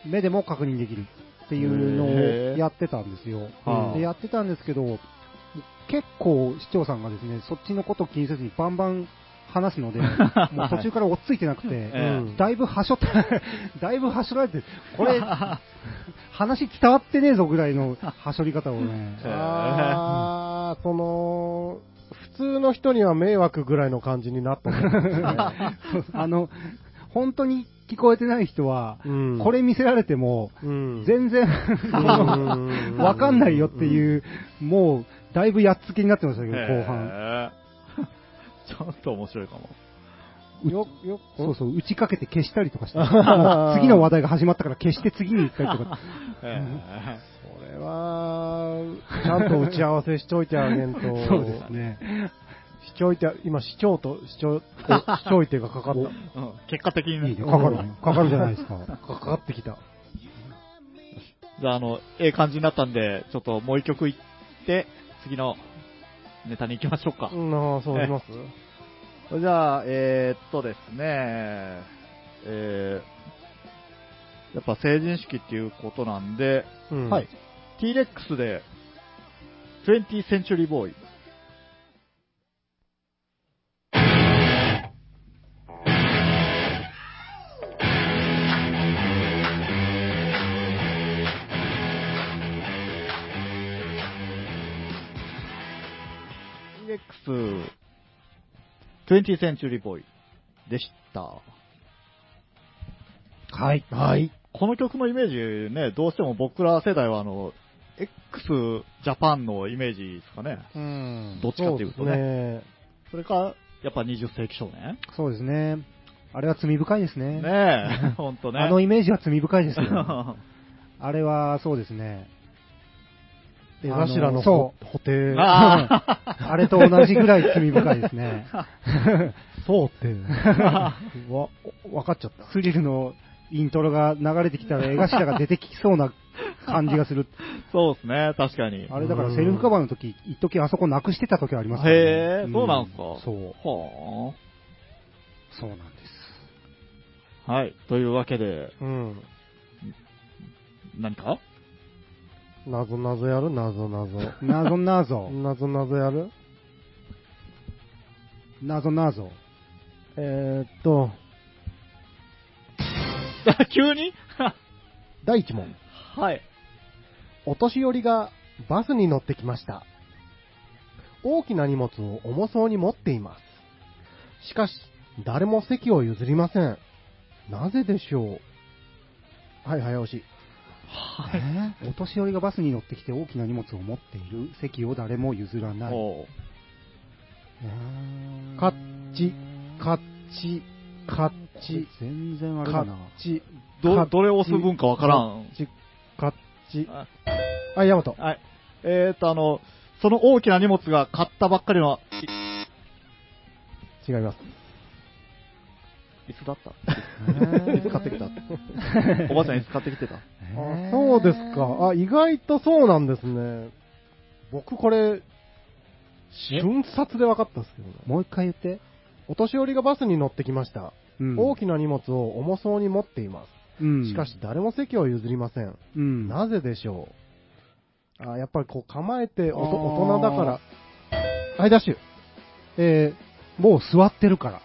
目でも確認できるっていうの
へー
をやってたんですよ
はあ。
で、やってたんですけど、結構市長さんがですね、そっちのことを気にせずにバンバン話す ので、もう途中から追っついてなくて、
え
うん
だいぶはしょった、 だいぶはしょられて、これ、話伝わってねえぞぐらいのはしょり方をね
え、
あ
まあ、その、普通の人には迷惑ぐらいの感じになったんだけどね
あの、本当に聞こえてない人は、
うん
これ見せられても、
うん
全然、
ん
わかんないよっていう、もう、だいぶやっつけになってましたけど、後半。
へー。 ちょっと面白いかも。
よ、よ、
そうそう、打ちかけて消したりとか して、もう次の話題が始まったから消して次に行ったりとか。
へ
これは、ちゃんと打ち合わせしといてあげん と。
そうですね。
しといて、今、市長と、市長、しといてがかか った。
ーうん結果的にね
いいね、かかるね。かかるじゃないですか。
かかってきた。
じゃあ、あの、ええ感じになったんで、ちょっともう一曲いって、次のネタに行きましょうか。
うん、ああ、そうします
それじゃあ、えー、っとですね、えー、やっぱ成人式っていうことなんで、
うん。
はい。。T-Rex で、20th Century Boy。T-Rex、20th Century Boy でした。
はい。
はい。
この曲のイメージね、どうしても僕ら世代はあの、x ジャパンのイメージですかね。
うん
どっちかっていうとね。それ
ね
か、やっぱ20世紀少年
そうですね。あれは罪深いですね。
ねえ、ほんとね。
あのイメージは罪深いですよ。
あ
あれは、そうですね。
え。出頭の
そ
ほ補定。
あ
あれと同じぐらい罪深いですね。
そう って。わ、わかっちゃった。
スリルのイントロが流れてきたら、絵頭が出てきそうな感じがする。
そうですね、確かに。
あれだからセルフカバーの時、一時あそこなくしてた時ありますから
へえ、そうなんすか。
そう。
は
そうなんです。
あ。はい、というわけで、
うん。
何か
なぞなぞやるなぞなぞ。
謎謎。
なぞなぞやる
謎謎。
えーっと、
急 に
第1問。
はい。
お年寄りがバスに乗ってきました。大きな荷物を重そうに持っています。しかし、誰も席を譲りません。なぜでしょうはい、早押し。
えーお年寄りがバスに乗ってきて大きな荷物を持っている席を誰も譲らない。
おう
カッチ、カッチ、カッチ、
全然あれ
カ
だ
ッ
な。
チ。カッ
ど、
チ
どれを押す分かわからん。。
カッチ、カッチ。
あ
あ、ヤマト。
はい。えー、っと、あの、その大きな荷物が買ったばっかりの、
違います。
いつだった
えー
いつ買って きたおばあちゃんいつ買ってきてた
あそうですか。あ、意外とそうなんですね。僕これ、瞬殺で分かったんですけどね。
もう一回言って。
お年寄りがバスに乗ってきました。
うん
大きな荷物を重そうに持っています。
うん
しかし、誰も席を譲りません。
うん。
なぜでしょうあやっぱりこう構えてお
あ
と
ー
大人だから。はい、ダッシュ。えー、もう座ってるから。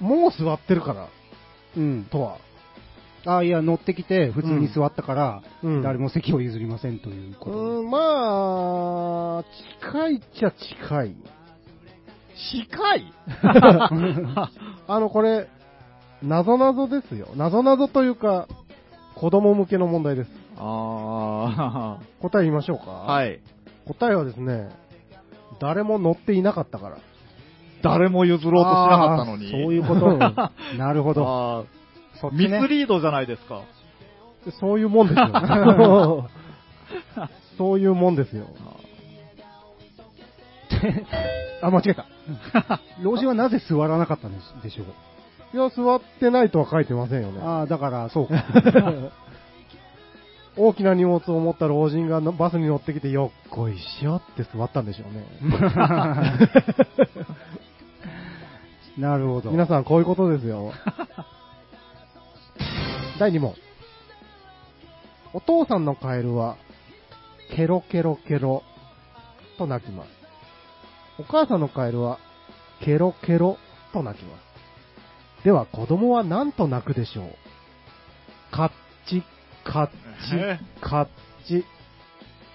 もう座ってるから
うん。
とは。
あ、いや、乗ってきて、普通に座ったから、
うん
誰も席を譲りませんという
う
こ
ん、まあ、近いっちゃ近い。
近い
あの、これ、なぞなぞですよ。なぞなぞというか、子供向けの問題です。
あ
答え言いましょうか。
あ、はい。
答えはですね、誰も乗っていなかったから。
誰も譲ろうとしなかったのに。
あーそういうこと。
と。 なるほど。
あ
そ
ー
っ
ミ
ち
ス
ね。
リードじゃないですか。
そういうもんです よ。そういうもんですよ。 あ、間違えた。
老人はなぜ座らなかったんでしょう。
いや、座ってないとは書いてませんよね。
ああ、だから、そうか。
大きな荷物を持った老人がのバスに乗ってきて、よっこいしょって座ったんでしょう ね。
なるほど。
皆さん、こういうことですよ。第2問。お父さんのカエルは、ケロケロケロと鳴きます。お母さんのカエルは、ケロケロと鳴きます。では、子供は何と鳴くでしょうカッチ、カッ
え
チ、カッチ、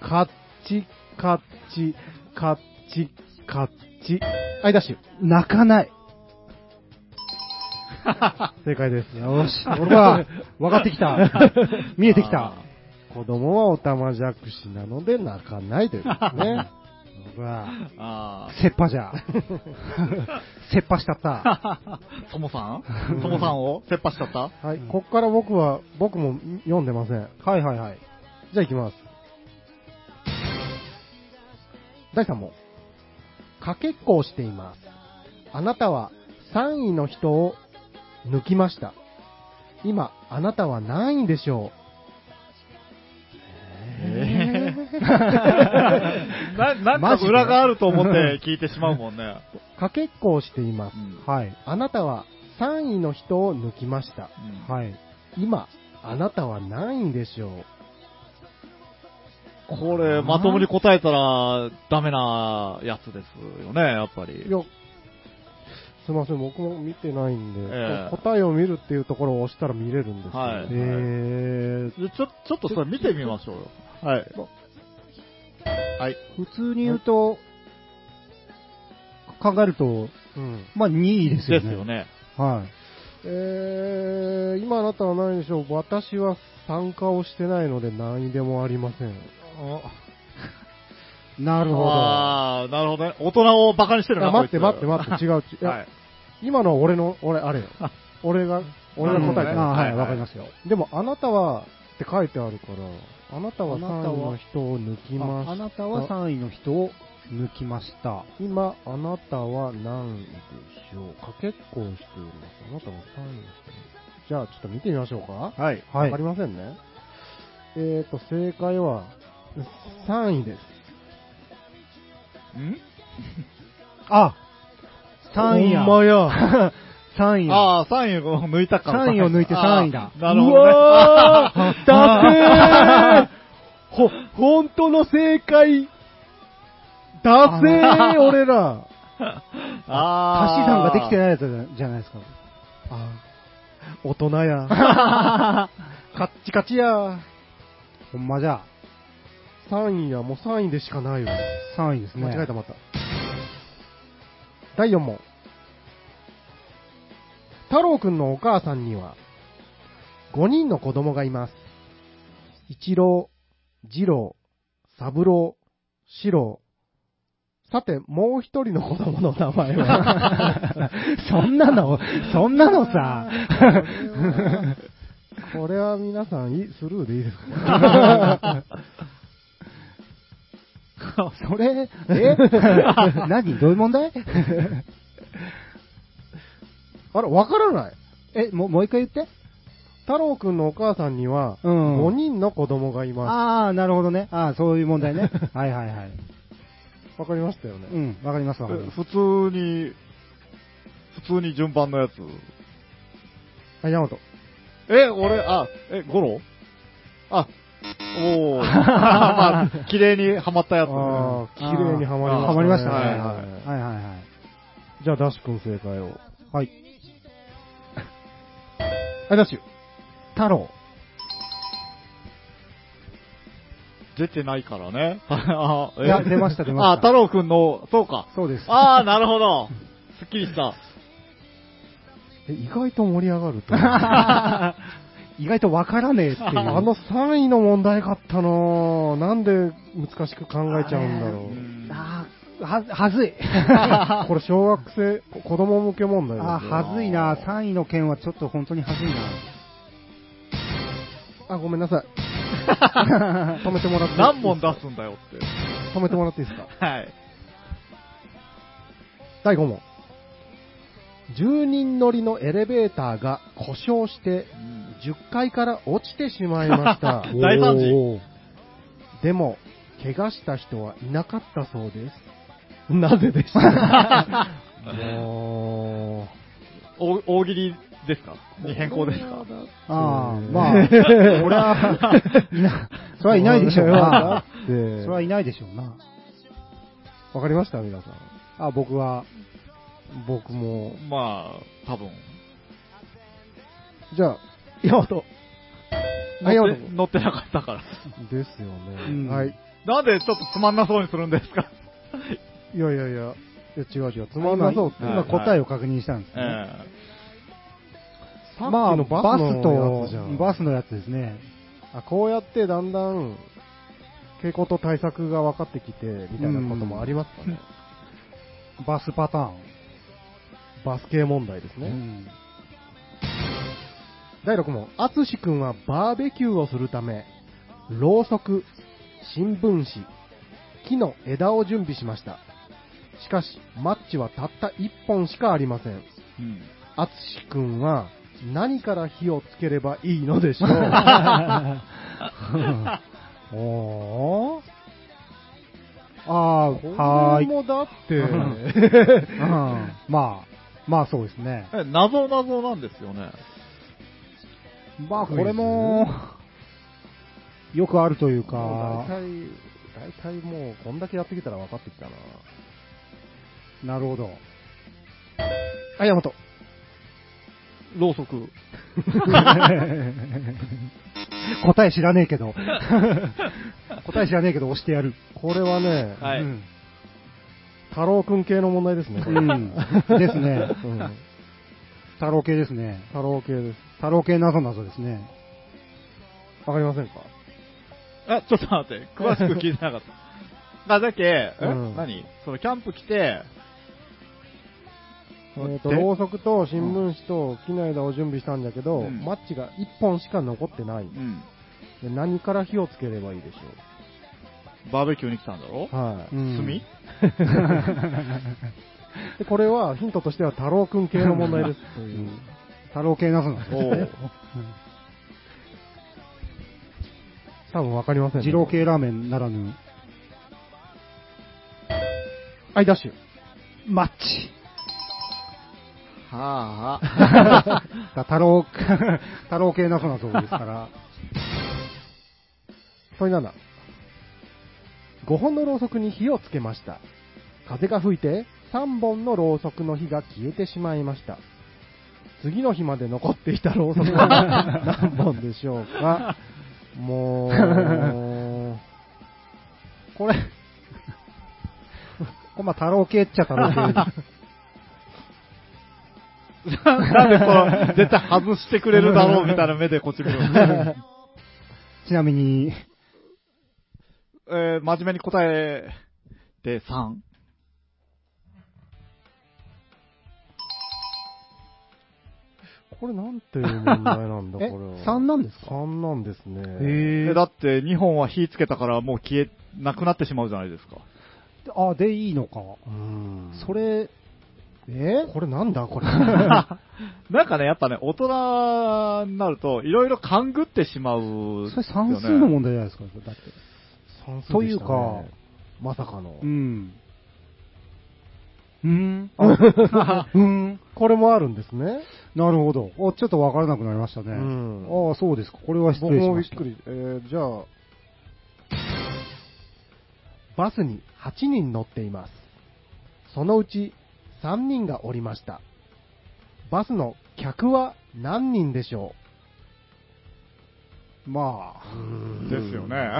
カッチ、カッチ、カッチ、カッチ。はい、ダッシュ。
泣かない。
正解です。
よ し、俺は、分かってきた。 見えてきた。
子供はおたまじゃくしなので泣かないということです ね。ほら
あ
切羽じゃ。切羽したった。
あ。ともさん ともさんを切羽しちゃった
はい、こっから僕は、僕も読んでません。
はいはいはい。
じゃあ行きます。第3問。かけっこをしています。あなたは3位の人を抜きました。今、あなたは何位でしょ
ええ。 な、なんか裏があると思って聞いてしまうもんね。
うかけっこをしています。
うん
はい。
あなたは3位の人を抜きました。
うん
はい。
今、あなたは何位でしょう
これ、まともに答えたら、ダメなやつですよね、やっぱり。
いや、すいません、僕も見てないんで、
ええ
答えを見るっていうところを押したら見れるんですけど、
はい
え
えー、
ちょ、ちょっとそれ見てみましょうよ。はい。はい。
普通に言うと、考えると、
うん
まあ2位ですよ
で
ね。
すよね。
は
えー、今あなたは何位でしょう私は参加をしてないので何位でもありま せん。
い。なるほど。
ああ、なるほどね。大人をバカにしてる
いや
な、
待って
こい
待っ
つ
て待って、違う。いや
はい。
今のは俺の、俺、あれよ。俺が、俺が答え
な
た
るほどね
あ
の
あ
は
はいい、わかりますよ。
でも、あなたはって書いてあるから、あなたは
あなた
3
は
位の人を抜きました。
ああなたは3位の人を抜きました。
今、あなたは何位でしょうかけっこをしています。あなたは3位ですね。じゃあ、ちょっと見てみましょうか。わ、
はい。
はい
かり。ませんね。えーと、正解は、3位です。
ん
あ !3 位や。
ほんまや。
3位や。
ああ、3位を抜いたから。
3位を抜いて3位だ
あーなるほどね。
だせーほ、本当の正解、だせー俺ら。
あ
足し算ができて
い。
ないやつじゃないですか。
あ大人 や。カッチカチや。
ほんまじゃ。
3位や、もう3位でしかないよ。
3位ですね。
間違えたまた。第4問。太郎くんのお母さんには、5人の子供がいます。一郎、二郎、三郎、四郎。さて、もう一人の子供の名前は
そんなの、そんなの さ、
これは皆さんいい、スルーでいいですか
それ、 え何どういう問題
あれ、わからない。
え、もう、もう一回言って。
太郎くんのお母さんには、
うん
5人の子供がいま
ああ、なるほどね。ああ、そういう問題ね。はいはいはい。
す。わかりましたよね。
うん、わかりますわかります。
普通に、普通に順番のやつ。
はい、山本。
え、俺、あ、え、ゴロあ、 おお。まあ、綺麗にはまったやつ。
ああ、綺麗にはまりまし
ー
た、ね。
はまりましたね。
は
はいい
は
はいいはいはい。
じゃあ、ダッシュ君正解を。
はい。
はい、ダッシュ。
太郎。
出てないからね。 あえ
いや出ました出まし
あ、
た
太郎くんの、そうか。
そうです。
ああ、なるほど。すっきりした。
え、意外と盛り上がると。あ
意外とわからねえ っていう。
の3位の問題かったなぁ。なんで難しく考えちゃうんだろ
あーは、は ずい。
う。 これ小学生、子供向け問題ですよ
あーはずいな。3位の件はちょっと本当にはずいな。
あ、ごめんなさい。止めてもらって。
何問出すんだよっ
止めてもらっていいですか
て。はい。。
第5問。10人乗りのエレベーターが故障して10階から落ちてしまいました
大惨事
おーでも、怪我した人はいなかったそうです。なぜでした も
お大喜利ですかに変更ですか
ああ、まあ、そり ゃ、いな、そりゃいないでしょうな。
う
そり
で
ゃいないでしょうな。
わかりました皆さん。
あ、僕は、
僕も。
まあ、多分。
じゃあ、ヤマト。はい
乗って乗ってなかったから。
ですよね、
うん
はい。
なんでちょっとつまんなそうにするんですか
いやいやいや、いや違う違う、つまんなそうって。
はい
今
今答えを確認したんですね。
え
さっき
まあ、
のバ
バ
ス
ス
のや
と
つじゃん。
バスのやつですね。
あこうやってだんだん傾向と対策が分かってきてみたいなこともありますかね、
バスパターン。
バス系問題ですね、
うん
第6問あつしくんはバーベキューをするためろうそく新聞紙木の枝を準備しましたしかしマッチはたった1本しかありません
えうん
あつしくんは何から火をつければいいのでしょう
おーあー、は
こ
ー
れ
い。
もだって
うんまあ、まあそうですね。
え、謎謎なんですよね。
まあ
ク
こ
イズ
れも、よくあるという
もう大
か、
体、大体もうこんだけやってきたら分かってきたな。
なるほど。
あ、山本。
ろうそく。
答え知らねえけど。答え知らねえけど押してやる。
これはね、
はい
うん。
太郎くん系の問題ですね。これ
うんですね。
うん
太郎系ですね。
太郎系です。
太郎系なぞなぞです ね。
わかりませんか
え、ちょっと待って、詳しく聞いてなか った。あ、だっけ、え、
うん
何そのキャンプ来て、
えーと、
で
ろうそくと新聞紙と木の枝を準備したんだけど、
うん
マッチが1本しか残ってない。
うん。
で何から火をつければいいでしょ
バーベキューに来たんだろ
う。はい。
うん
炭、
で、これはヒントとしては太郎くん系の問題です。という。
太郎系なぞなぞ。
おう
多分わかりません、
二郎。系ラーメンならぬ、
アイダッシュ。
マッチ。
はあは
だ太郎、 太郎系なぞなぞです から。
問い7。5本のろうそくに火をつけました。風が吹いて3本のろうそくの火が消えてしまいました。次の日まで残っていたろうそ くは何本でしょうかもう、
こ れ、これまあ太郎系っちゃ太郎系。
なんでこう、絶対外してくれるだろうみたいな目でこっち見る の
ちなみに、
えー真面目に答えて 3?
これなんていう問題なんだ、こ れ
え
は。、
3なんですか
3なんですね。
えだって2本は火つけたからもう消え、なくなってしまうじゃないですか。
あ、でいいのか。
うん
それ、え
これなんだ、これ。
なんかね、やっぱね、大人になると、いろいろ勘ぐってしまう、
それ算数の
も
問題じゃないですか、だって。
算数でしたね
というか、
まさかの。
うん。うん。うん。
これもあるんですね。
なるほど。おちょっとわからなくなりましたね。
うん
ああ、そうですか。これは失
僕
礼し
も
ま
びっ
した。
くり。えーじゃあ、バスに8人乗っています。そのうち3人が降りました。バスの客は何人でしょ
まあ、
う
ですよ。ね。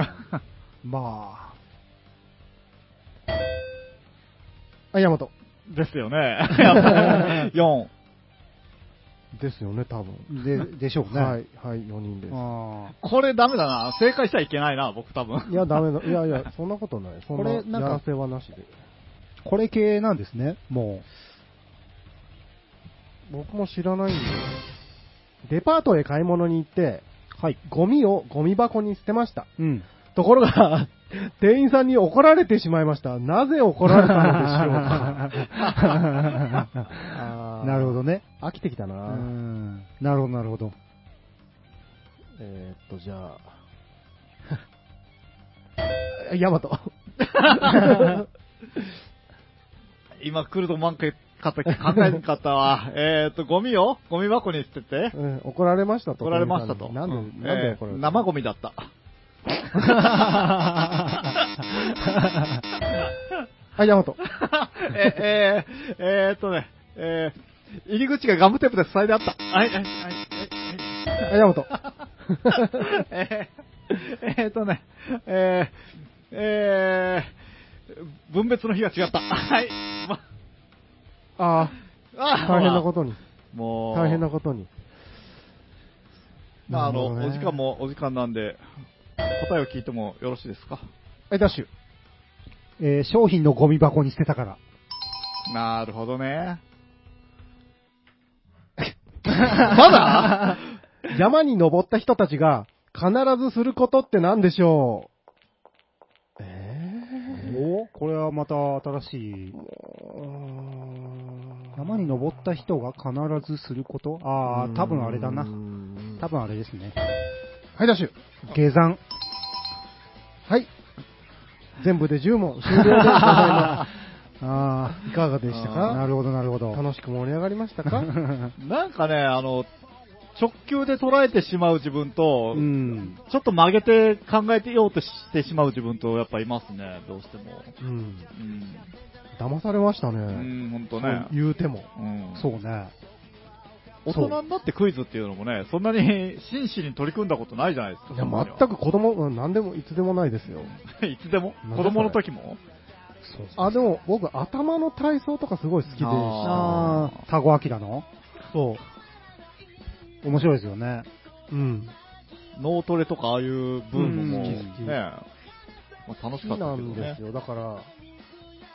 まあ。
あ、山本。
です よね。4。
ですよね、多分。
で、でしょうね。
はい、はい、4人です。
あ
これダメだな。正解しちゃいけないな、僕多分。
いや、ダメだ。いやいや、そんなことない。そ ん
こ
な、
れなんか
やらせはなしで。
あこれ系なんですね、も
僕も知らないんで。デパートへ買い物に行って、はい。ゴミをゴミ箱に捨てました。
う。うん。。
ところが、 店員さんに怒られてしまいました。なぜ怒られたのでしょうか
なるほどね。
ど。飽きてきた
う
な。
ん。なるほど、なるほど。
えーっと、じゃあ。 ヤマト。
今来ると満開かった、考えなかったわ。えーっと、ゴミをゴミ箱に捨てて
う、ん怒られましたと。
取られましたと。
店員さんになん
う
で、なんで
え
怒ら
ー
れた
生ゴミだった。
はい、ヤマト。
え、えー、えーっとね、えー、入り口がガムテープで塞いであった。はい、はい、はい。はい
はい、ヤマト。
えーえーっとね、えー、えー、分別の日が違った。はい。ま、
ああ、
あ。
大変なこととに。
もう、
大変なことに。
まあ、あの、
なるほど
お
ね
時間もお時間なんで、答えを聞いてもよろしいですか
え、ダッシュ。
えー商品のゴミ箱に捨てたから。
なるほどね。
山に登った人たちが必ずすることって何でしょう
おこれはまた新しい。山に登った人が必ずすることああ、多分あれだな。多分あれですね。
はい、ダッシュ。
下山。
はい。全部で10問終了でございま
あ
す。いかがでした
あ、な
か
るほど、なるほど。
楽しく盛り上がりましたか
なんかね、あの、直球で捉えてしまう自分と、
うん。
ちょっと曲げて考えてようとしてしまう自分とやっぱいますね、どうしても。
うん。
うん、
騙されました
う
ね。
ん、ほんと
そう
ね。
言うても。
うん、
そうね。
大
そう
人になってクイズっていうのもね、そんなに 真摯に取り組んだことないじゃないですか。
いや、全く子供、うん何でもいつでもないですよ。
く。 いつでも
なんだ
子供の時も
あ、でも僕、頭の体操とかすごい好きでした。
あ
ああ、タゴアキラの
そ
面白いですよね。
う。うん。
脳トレとかああいうブームも
うん
ね
好き好、き
まあ、楽
好
しか
き
っ
な
たけど
んで
ね
す。よ。だから、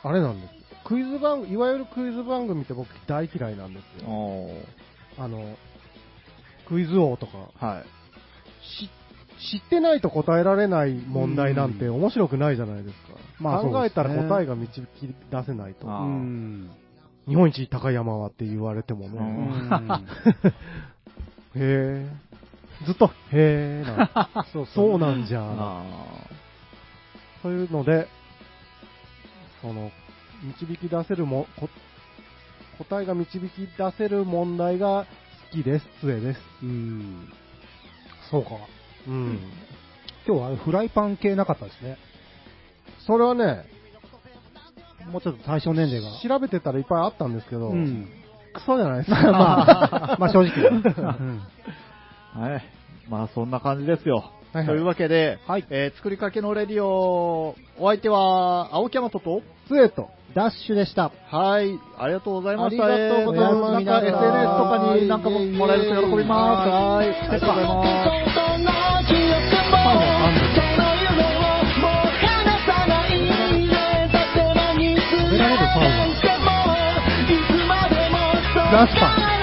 あれなんです。クイズ番組、いわゆるクイズ番組って僕大嫌いなんですよ。
お
あの、クイズ王とか、
ーはい。
し知ってないと答えられない問題なんて面白くないじゃないですか。
まあそうです
考
ね
えたら答えが導き出せないと。
あ
う
ー
ん。
日本一高い山はって言われてもね。
うん
へえ。ずっと、へえな。そうそうなんじゃ。
あ
そういうので、その、導き出せるも、こ答えが導き出せる問題が好きです、杖です。
うん。そうか。
うん。
今日はフライパン系なかったですね。
それはね、
もうちょっと対象年齢が。
調べてたらいっぱいあったんですけど、
うん。
クソじゃないで す
ま
か。
あ、まあ正直。 うん
ーはい。まあそんな感じですよ。
はいはい
というわけで、えー作りかけのレディオ、お相手は、青木山とと、
杖と。
ダッシュでした。
はい、ありがとうございました。
ありがとうございました
えーなんか SNS とかになんかももらえると喜びます。はい、ありがとうございます。
ラスパン。